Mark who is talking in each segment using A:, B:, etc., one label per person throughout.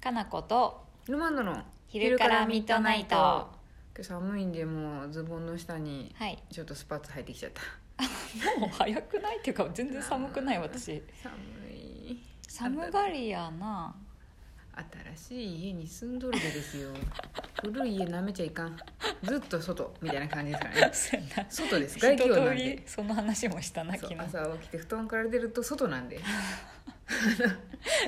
A: かなこと
B: ルマンドの
A: 昼からミッドナイト
B: 今
A: は
B: 日寒いんでもうズボンの下に
A: い
B: ちょっとスパッツ履いてきちゃった
A: もう早くないっていうか全然寒くない私
B: 寒い
A: 寒がりやな
B: 新しい家に住んどるでですよ 古い家なめちゃいかんずっと外みたいな感じですからね
A: そうやな
B: 外です
A: 一
B: 外気温な
A: 通
B: ん
A: り
B: で
A: その話もしたな
B: そ
A: 昨
B: う
A: 日
B: 朝起きて布団から出ると外なんで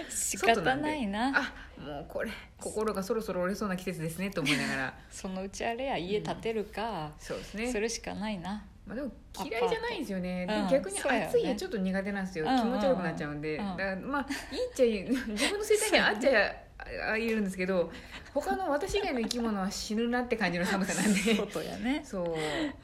A: 仕
B: 外
A: 方ないな
B: あもうこれ心がそろそろ折れそうな季節ですねと思いなが ら
A: そのうちあれや家建てるか、
B: そうですね
A: するしかないな
B: まあ、でも嫌いじゃないんですよね、
A: アパート
B: でも逆に
A: うん
B: 暑い
A: そうよ
B: 家
A: ね
B: ちょっと苦手なんですよ、
A: うんうんうん
B: 気持ち悪くなっちゃうんで、
A: うん
B: だからまあいいっちゃい い自分の生態にはあっちゃああ言えるんですけど他の私以外の生き物は死ぬなって感じの寒さなんで
A: 外やね
B: そう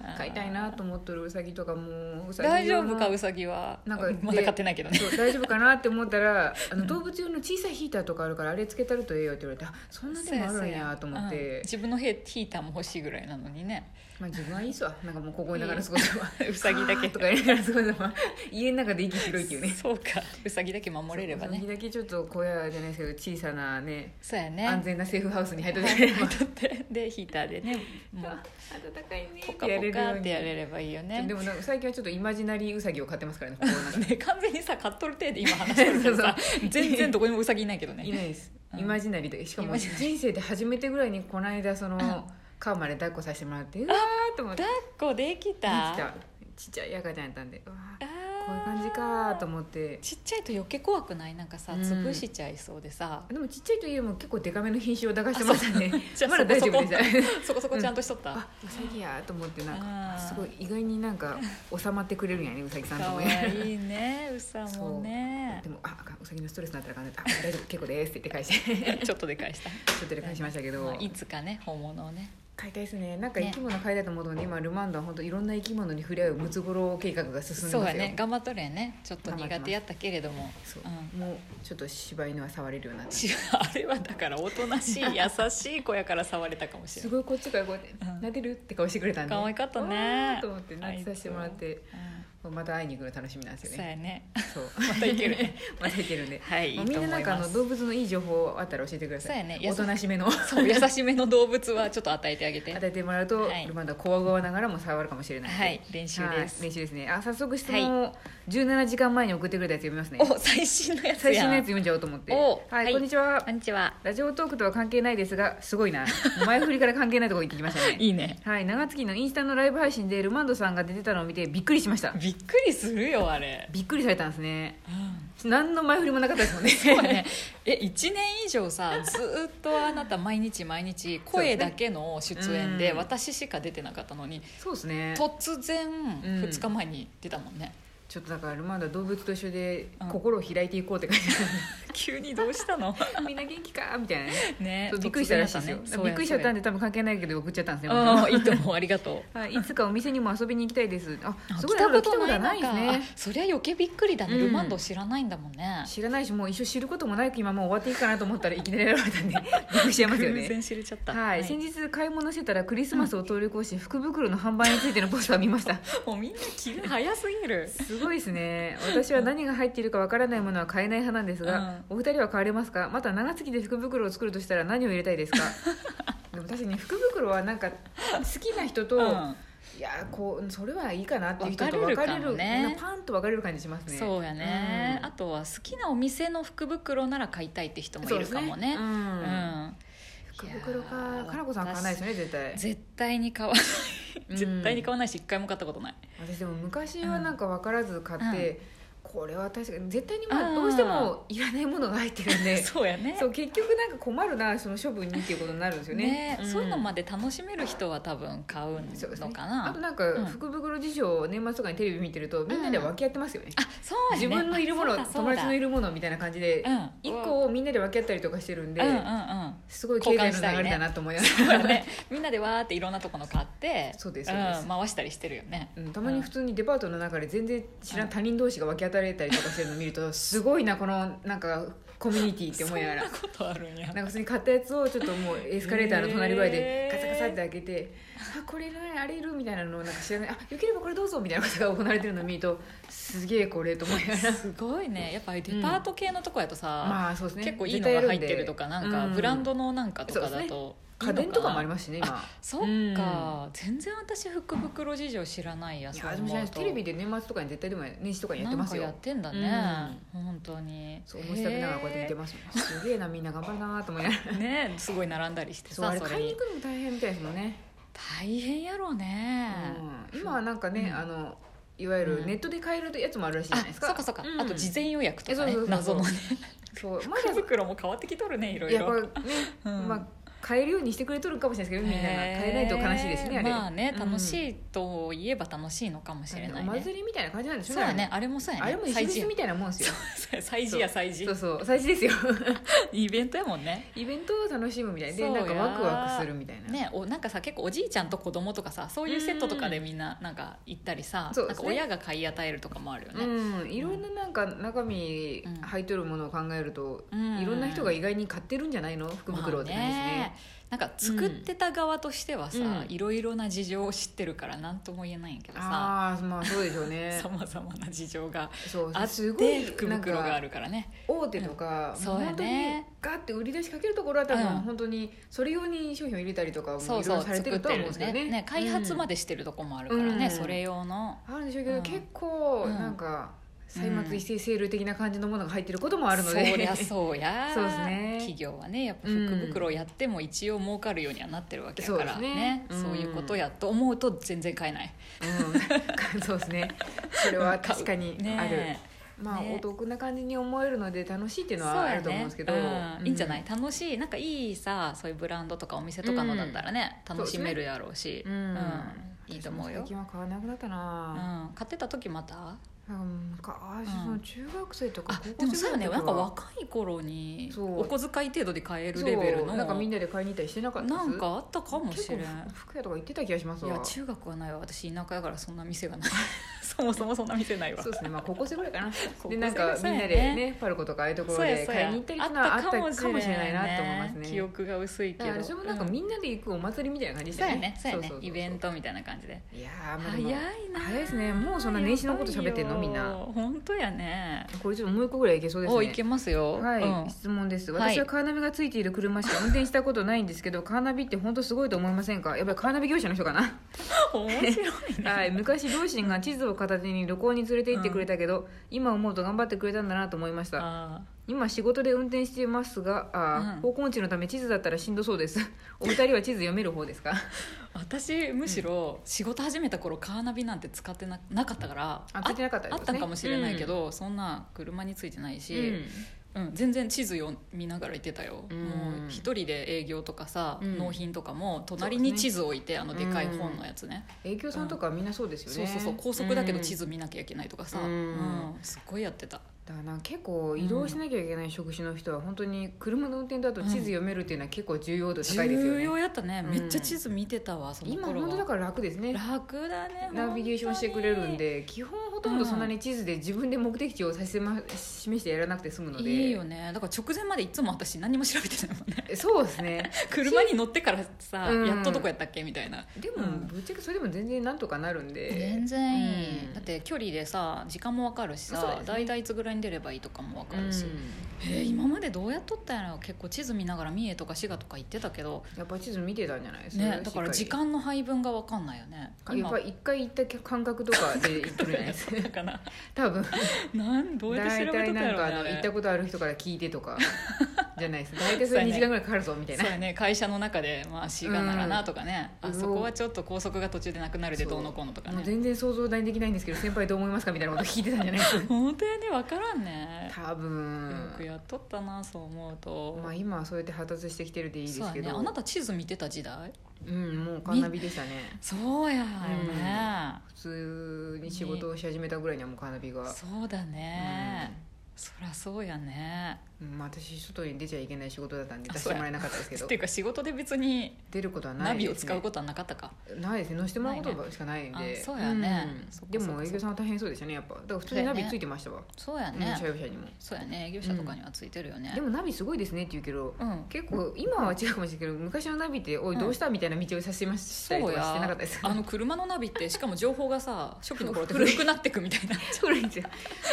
A: あー
B: 飼いたいなと思っとるウサギとかもうウサギ
A: 大丈夫か
B: 用の
A: ウサギは
B: なんかで
A: まだ買ってないけどね
B: そう大丈夫かなって思ったらあの動物用の小さいヒーターとかあるからあれつけたるとええよって言われてあそんなでもあるんやと思っ
A: そうやそうやうん
B: て、
A: 自分のヘヒーターも欲しいぐらいなのにね
B: まあ自分はいいっすわなんかもうここにいながら過 ごせば
A: ウサギだけ
B: とか言いながら過ごせば家の中で息広いっていうね
A: そうかウサギだけ守れれば
B: そうその日
A: ね
B: だけちょっと小屋じゃないですけど小さなね
A: そうや
B: 安
A: ね
B: 全なセーフハウスに入っと いてくれれば
A: だってでヒーターでねもう
B: 暖かいね
A: ポ
B: っ
A: カ
B: てやれ
A: ポ
B: るよ
A: カ
B: う
A: っ
B: に
A: てやれればいいよね
B: でもなんか最近はちょっとイマジナリーウサギを飼ってますからねここなんか
A: ね完全にさ買っとる体で今話してるけど さ全然どこにもウサギいないけど
B: い
A: ね
B: ないです
A: うん
B: イマジナリーでしか
A: イ
B: も
A: マジナリ
B: 人生で初めてぐらいにこの間その
A: ん
B: 川まで抱っこさせてもらってうわーと思って
A: 抱っこできた
B: 来たちっちゃい赤ちゃんやったんでうわ
A: あ
B: ー
A: ー
B: こういう感じかーと思って
A: ちっちゃいと余計怖くないなんかさ
B: うん
A: 潰しちゃいそうでさ、
B: でもちっちゃいといえも結構デカめの品種を抱かしてました ね
A: じゃあ
B: まだ大丈夫
A: そ
B: で
A: こ
B: した
A: そこそこちゃんとしとった、
B: あウサギやと思ってなん
A: あ
B: か
A: ー
B: すごい意外になんか収まってくれるんやねウサギさんと
A: か
B: も
A: わいいねうさもね
B: でもああかんウサギのストレスになったらあかんねあ大丈夫結構ですって言って返して
A: ちょっとでかいした
B: ちょっとで返しましたけど、
A: まあいつかね本物をね
B: 買いたいですねなんか
A: ね
B: 生き物買いたいと思うので、今ルマンドは本当いろんな生き物に触れ合うムツゴロウ計画が進んで
A: そう
B: ます
A: や
B: よ
A: ね頑張っとるやねちょっと苦手やったけれども
B: そう
A: うん
B: もうちょっと柴犬は触れるようになって
A: 違うあれはだからおとな しい優しい子やから触れたかもし
B: す
A: れない、
B: ごいこっちからこうやって
A: うん
B: 撫でるって顔してくれたんで
A: 可愛かったね
B: わーと思って撫でさせてもらってまた会いに行くの楽しみなんです
A: うん
B: よ
A: そう
B: ね
A: やね
B: そう
A: またいけるね
B: また行けるんで
A: はいい
B: も
A: いう
B: み
A: と
B: ん
A: 思
B: ないなんかあ
A: ま
B: の
A: す
B: 動物のいい情報あったら教えてください
A: そうやね
B: おとなしめの
A: そう優しめの動物はちょっと与えてあげて
B: 与えてもらうと、
A: はい
B: ルマンダはこわごわながらも触るかもしれないので
A: はい練習です
B: はい練習ですねあ早速質問を、17時間前に送ってくれたやつ読みますね
A: お最新のやつや
B: 最新のやつ読んじゃおうと思って
A: お
B: はい、
A: はい
B: こんにちは
A: こんにちは
B: ラジオトークとは関係ないですがすごいな前振りから関係ないとこ行ってきましたね
A: いいね
B: はい長月のインスタのライブ配信でルマンドさんが出てたのを見てびっくりしました
A: びっくりするよあれ、
B: びっくりされたんですね何の前振りもなかったですもんね
A: そうねえ1年以上 さずーっとあなた毎日毎日声だけの出演で
B: うん
A: 私しか出てなかったのに
B: そうですね
A: 突然
B: うん
A: 2日前に出たも んね、
B: ちょっとだからルマンドは動物と一緒で
A: うん
B: 心を開いていこうって感じですね
A: 急にどうしたの
B: みんな元気かみたいなね
A: ね
B: そうびっくりしたらしいですよ、
A: 突然だね
B: びっくりしちゃったん
A: で
B: で多分関係ないけど送っちゃったんですね
A: うんいい
B: 僕
A: と思うありがとう
B: はい、いつかお店にも遊びに行きたいですあ
A: あ
B: すごい
A: 来たこ
B: なんか来た
A: と
B: こと
A: な
B: はい
A: の
B: ないです
A: か
B: ね
A: あそりゃ余計びっくりだね、
B: うん
A: ルマンド知らないんだもんね
B: 知らないしもう一生知ることもない今もう終わっていいかなと思ったらいきなり現れた んでびっくりしちゃいますよね
A: 知れちゃった
B: はい、先日買い物してたらクリスマスを通り越して福袋の販売についてのポスターを見ました
A: もうみんな気が早すぎる
B: すごいですね私は何が入っているかわからないものは買えない派なんですが、お二人は買われますかまた長月で福袋を作るとしたら何を入れた いですかでも確かに福袋はなんか好きな人と、
A: うん
B: いやーこうそれはいいかなっていう人と
A: 分
B: 分
A: か
B: か
A: れ
B: れ
A: る
B: る
A: かもね
B: なんかパンと分かれる感じしますね
A: そうやね、
B: うん
A: あとは好きなお店の福袋なら買いたいって人もいるかもね
B: そうですう
A: うん
B: ん、福
A: いやー
B: 袋かかなこさん買わないですよね絶対
A: 絶対に 買わ
B: う
A: なんい絶対に買わないし一回も買ったことない、
B: 私でも昔はなんか分からず買って、これは確かに絶対にま
A: う
B: あ
A: ん
B: どうしてもいらないものが入ってる んで
A: そうやね
B: そう結局なんか困るなその処分にっていうことになるんですよね
A: ね
B: ん
A: そういうのまで楽しめる人は多分買う
B: そうです
A: の
B: ね
A: かな、
B: あと
A: あ
B: なんか
A: うん
B: 福袋事情を年末とかにテレビ見てるとみんなで分け合ってますよね、
A: そうやね
B: 自分のいるもの
A: あそう
B: 友
A: だ
B: 達のいるものみたいな感じで
A: そうだうん
B: 一個をみんなで分け合ったりとかしてるんで、
A: うんうんうん
B: すごい経済の流れだなと思います、
A: そうやねみんなでわーっていろんなとこの買って
B: そうですそうです
A: ん、回したりしてるよね
B: うんたまに普通にデパートの中で全然知らん他人同士が分け当たれたりとかしてるのを見るとすごいなこのなんかコミュニティって
A: そん
B: 思いながら
A: なことあるんや
B: なんか普通に買ったやつをちょっともうエスカレーターの隣ぐらいで
A: へー
B: カサカサって開けて、あこれねあれいるみたいなのをなんか知らないあよければこれどうぞみたいなことが行われてるのを見るとすげえこれと思いながら
A: すごいねやっぱりデパート系のとこやとさ、
B: まあそうですね
A: 結構いいのが入ってるとかなんかブラン
B: ド
A: ドのなんかとかだと
B: 家電とかもあり
A: ます
B: ますしね今
A: そうか全然私福袋事情知らないや
B: い
A: そう
B: やで
A: 思
B: も
A: う
B: 知らないです
A: と
B: テレビで年末とかに絶対でも年始とかに
A: な
B: やってま
A: ん
B: す
A: か
B: よ
A: やってんだね本当に
B: そう思い食べながらこうやって見てますもんすげえなみんな頑張るなーと思いながら
A: へーねすごい並んだりして
B: そうあ
A: さ
B: れ
A: そ
B: 買
A: れ
B: いに
A: に
B: 行くのも大変みたいですもんね、
A: 大変やろうね
B: うん、今はなんかね、
A: うん
B: あのいわゆ
A: う
B: る
A: ん
B: ネットで買えるやつもあるらしいじゃ
A: あ
B: ないですか
A: そうかそうか
B: ん
A: あと事前予約とか
B: え
A: ね
B: そうそうそう
A: 謎
B: そう
A: のね
B: そうま
A: 福袋も変わってきとるねいろ
B: だ
A: い
B: やっぱ
A: ろ
B: ね、
A: うん
B: まあ買えるようにしてくれとるかもしれないですけどみんなが買えないと悲しいですねあ
A: へー
B: れ
A: まあね楽
B: うん
A: しいといえば楽しいのかもしれな
B: お
A: いね
B: 祭りみたいな感じなんでしょ
A: そうやねあれもそうやね
B: あれも石
A: 祭事
B: 口みたいなもんですよ
A: 祭事や祭事
B: そうそう最事です よ
A: イベントやもんね
B: イベントを楽しむみたい
A: そ
B: で
A: うや
B: なんかワクワクするみたいな、
A: ねおなんかさ結構おじいちゃんと子供とかさそういうセットとかでみんななんか行ったりさ、
B: そう
A: な
B: で
A: ん
B: す
A: か
B: ね
A: 親が買い与えるとかもあるよね、
B: うんいろんななんか中身入っとるものを考えると、
A: うん
B: いろんな人が意外に買ってるんじゃないの福袋って感じですね,、
A: まあなんか作ってた側としてはさ、
B: うん
A: いろいろな事情を知ってるから何とも言えないんやけどさ
B: ああまあそうでしょうね
A: さまざまな事情が
B: そう
A: あっ
B: すご
A: て
B: い
A: 福
B: なん
A: 袋があ
B: か
A: るからね
B: 大手とか、
A: うんそうや
B: 本当に
A: ね
B: ガッて売り出しかけるところは多分、
A: うん
B: 本当にそれ用に商品を入れたりとかもいろ
A: そう
B: い
A: そう
B: ろされ
A: 作
B: て
A: っ
B: るとは
A: て
B: 思うんで
A: る
B: すけ
A: ね
B: どね
A: ね開発ま
B: で、
A: でしてるとこもあるからね、
B: うん
A: それ用の
B: うんあるんでしょうけど、
A: うん
B: 結構
A: うん
B: なんか歳末一斉セール的な感じのものが入ってることもあるので、
A: そりゃそうや
B: そうですね
A: 企業はねやっぱ福袋をやっても一応儲かるようにはなってるわけだから
B: そうで
A: ね
B: すね
A: そう
B: うん
A: いうことやと思うと全然買えない
B: うん、 そうですねそれは確かにある、
A: ね
B: まあ、
A: ね
B: お得な感じに思えるので楽しいっていう
A: そ
B: の
A: う
B: はあ
A: や
B: ると思うん
A: ね
B: ですけど、
A: うんいいんじゃないい楽しいなんかいいさそういうブランドとかお店とかのだったらね楽しめるやろうし
B: うん
A: うんいいと思うよ
B: 最近は買わなくなった
A: う
B: な、
A: ん買ってた時また
B: うん、なんかあー
A: うん
B: その中学生とか
A: あでもそうよね
B: の
A: なん
B: 時
A: か
B: は
A: 若い頃に
B: そう
A: お小遣い程度で買えるレベル
B: そ
A: のな
B: うなんんかみん
A: か
B: なで買いに行ったりしてなかったです
A: あったかもしれん
B: 結構服屋とか行ってた気がします
A: い
B: わ
A: や中学はないわ私田舎やからそんな店がない そもそもそんな店ないわ
B: そうですねまあ高校生ぐらいかな
A: 校生
B: でなんかみんなでねパルコとかああいうところ
A: そうや
B: で
A: そうや
B: 買いに行ったりっていうのはあったかもしれないなと思いますね
A: 記憶が薄い
B: だ
A: け
B: か
A: ど
B: らそれもなんかみんなで行くお祭りみたいな感じ
A: うん
B: で
A: そ
B: し
A: う
B: た
A: や
B: ね
A: ねそうやね
B: そうそうそうそう
A: イベントみたいな感じで
B: いやーまあ
A: 早
B: で
A: い
B: も
A: な
B: 早いですねもうそんな年始のこと喋ってんのみんな
A: 本当やね
B: これちょっともう一個ぐらいいけそうですね
A: おいけますよ
B: はい、
A: うん
B: 質問です
A: はい
B: 私はカーナビがついている車しか運転したことないんですけど、カーナビって本当すごいと思いませんかやっぱりカーナビ業者の人かな
A: 面白いね
B: はい、昔両親が地図を片手に旅行に連れて行ってくれたけど、今思うと頑張ってくれたんだなと思いました
A: あ
B: 今仕事で運転してますがあー、
A: うん
B: 方向音痴のため地図だったらしんどそ うですお二人は地図読める方ですか
A: ー私むしろ仕事始めた頃カーナビなんて使ってななかったから
B: あついてなかった
A: あ
B: ですね
A: ったんかもしれないけどそんな車についてないしうん、全然地図読みながら行ってたよ、
B: うん
A: もう一人で営業とかさ、
B: うん
A: 納品とかも隣
B: そう
A: に
B: です
A: 地
B: ね
A: 図置いてあのでかい本のやつね、
B: 営業さんとかみんなそうですよ
A: そう
B: ね、
A: そうそう高速だけど地図見なきゃいけないとかさ、
B: うん
A: うんすっごいやってた
B: だからな結構移動しなきゃいけない職種の人は本当に車の運転だと地図読めるっていうのは結構重要度高いですよ
A: 重
B: ね、
A: 要やったね
B: うん
A: めっちゃ地図見てたわその
B: 今
A: 頃は
B: 本当だから楽ですね
A: 楽だね
B: ナビゲーションしてくれるん
A: 本
B: で基本ほとんどそんなに地図で自分で目的地を指せ、ま、示してやらなくて済む
A: 当
B: ので
A: にいいよねだから直前までいつも私何も調べてないもんね
B: そうで すね
A: 車に乗ってからさ、
B: うん
A: やっとどこやったっけみたいな
B: でも、
A: うん
B: ぶっちゃけそれでも全然なんとかなるんで
A: 全然いい、
B: うん
A: だって距離でさ時間も分かるし
B: そうで
A: さ
B: すね
A: 大体、いつぐらいに出ればいいとかも分
B: う
A: か
B: ん
A: るし、えー今までどうやっとったんやろ結構地図見ながら三重とか滋賀とか行ってたけど、
B: やっぱ地図見てたんじゃないです
A: ね、だから時間の配分が分かんないよね
B: やっ
A: 今
B: ぱ一回行った感覚とかで行ってるじゃないです か
A: かな
B: 多分
A: なんどうやって調べとったんや
B: なん
A: ろ
B: かあ
A: う
B: の
A: ね
B: 行
A: あ
B: っ
A: れ
B: たことある人から聞いて とかじゃないです大体それ2時間ぐらいかかるぞみたいな
A: そうやね会社の中で、まあ、滋賀ならなとかね、
B: うん
A: あそこはちょっと高速が途中でなくなるでどうのこうのとか
B: もう
A: ね
B: 全然想像できないんですけど先輩どう思いますかみたいなこと聞いてたんじゃないです か
A: 本当やね分からんね
B: 多分
A: よくやっとったなそう思うと、
B: まあ、今はそうやって発達してきてるでいいです
A: そう
B: け
A: やね
B: ど
A: あなた地図見てた時代
B: うんもうカーナビでしたね
A: そうやよね、
B: 普通に仕事をし始めたぐらいにはもうカーナビが
A: そうだね、そりゃそうやね
B: うんまあ、私外に出ちゃいけない仕事だったんで
A: あ
B: 出してもらえなかった ですけど
A: っていうか仕事で別に
B: 出ることはな
A: ナ
B: いです、ね、
A: ビを使うことはなかったか
B: ないですね乗せてもらうことしかないんで、
A: ないねあそうやね
B: ん
A: そっか
B: で
A: そっ
B: も
A: か
B: 営業さんは大変そうでしたねやっぱだから普通にナビついてましたわ、
A: そうや
B: うん
A: ね、
B: 社用車にも、
A: そうやね営業者とかにはついてるよね、
B: でもナビすごいですねって言うけど
A: うん
B: 結構今は違うかもしれないけど昔のナビって「おい
A: うん
B: どうした?」みたいな道をさせましたり
A: そ
B: と
A: う
B: かしてなかった
A: や
B: です
A: あの車のナビってしかも情報が さ初期の頃って古くなってくみたいな
B: そうなんですよ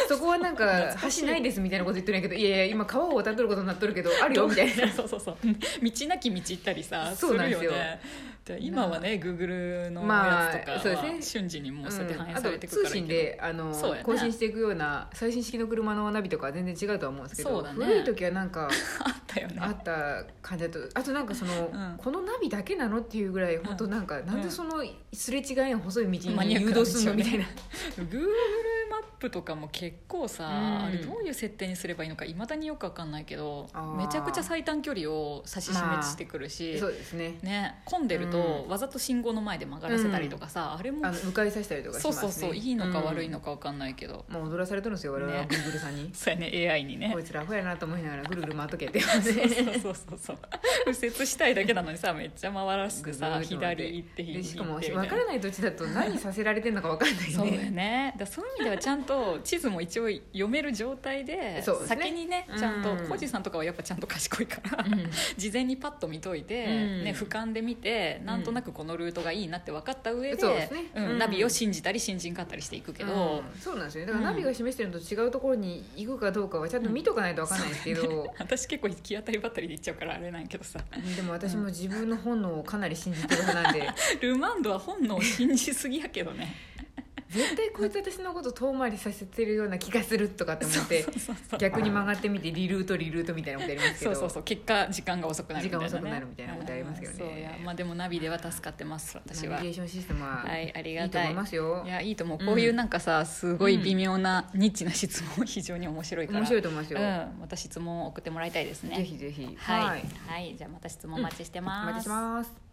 B: そこはなんか
A: 懐かしい
B: 橋ないですみたいなこと言ってるんやけどいやいや今川を渡ってることになっとる けどあるよみたい な
A: そうそうそう道なき道行ったりさす
B: そうな
A: る
B: んです
A: よ
B: よ
A: ねで今はね Google の
B: まあ
A: やつとか
B: そうです
A: は
B: ね
A: 瞬時にもうそうやって反映
B: あ
A: さ
B: と
A: れてくる
B: 通
A: からいい
B: 信
A: けど、
B: であの、
A: そうやね
B: 更新していくような最新式の車のナビとかは全然違うとは思うんですけ
A: そ
B: ど、
A: うだね
B: 古い時はなんか
A: あったよね
B: あった感じだとあとなんかその、
A: うん
B: このナビだけなのっていうぐらい本当なんか、なんでそのすれ違いの細い道に誘導するのみたいな
A: Google マップとかも結構さ、
B: うん
A: あれどういう設定にすればいいのかいまだによく分かんないけど
B: あー
A: めちゃくちゃ最短距離を指し示してくるし、
B: そうですね
A: ね、混んでると、
B: う
A: わざと信号の前で曲がらせたりとかさ、あれも
B: あの迂回させたりとかし
A: そう
B: ますね
A: そうそういいのか悪いの
B: か、
A: か分かんないけど、
B: うんもう踊らされてるんですよ我々は
A: ね
B: グーグルさんに、
A: そうやね AI にね
B: こいつらアホやなと思いながらぐるぐる回っと けって言われ
A: そう
B: て
A: そうそうそう右折したいだけなのにさめっちゃ回らせてさ
B: ぐるぐる回って
A: 左行って
B: で
A: 左
B: しかも
A: 行って
B: 分
A: みたい
B: か
A: な
B: らない土地だと何させられてんのか分かん ない
A: そう
B: ね
A: だよねだからそういう意味ではちゃんと地図も一応読める状態で
B: そうですね
A: 先にね
B: うん
A: ちゃんとコージさんとかはやっぱちゃんと賢いから、
B: うん
A: 事前にパッと見といて、
B: うん
A: ね、俯瞰で見てなんとなくこのルートがいいなって分かった上で,、
B: そうですね
A: ん
B: うん
A: ナビを信じたり信じんかったりしていくけど、
B: うんそうなんですよねだからナビが示してるのと違うところに行くかどうかはちゃんと見とかないと分かんないですけど、
A: 私結構行き当たりばったりで行っちゃうからあれなんやけどさ
B: でも私も自分の本能をかなり信じてる派なんで
A: ルマンドは本能を信じすぎやけどね
B: 絶対こいつ私のこと遠回りさせてるような気がするとかって思っ て
A: そうそう
B: 逆に曲がってみてリルートリルートみたいなことやります
A: そ
B: けど
A: うそうそう結果時間が遅くなるみたいな、ね、
B: 時間遅くなるみたいなことありますけどね
A: うんそうやまあでもナビでは助かってます私
B: ナ
A: は
B: ビゲーションシステムは
A: はいあり
B: い
A: が
B: いと
A: たい
B: 思いますよ
A: いやいいと思うこういうなんかさ、すごい微妙なニッチな質問非常に面白いから
B: 面白いと思いますよ、
A: うん、また質問を送ってもらいたいですね
B: ぜひぜひ
A: はい、はいじゃあまた質問お待ちして
B: お
A: ます、
B: 待ちします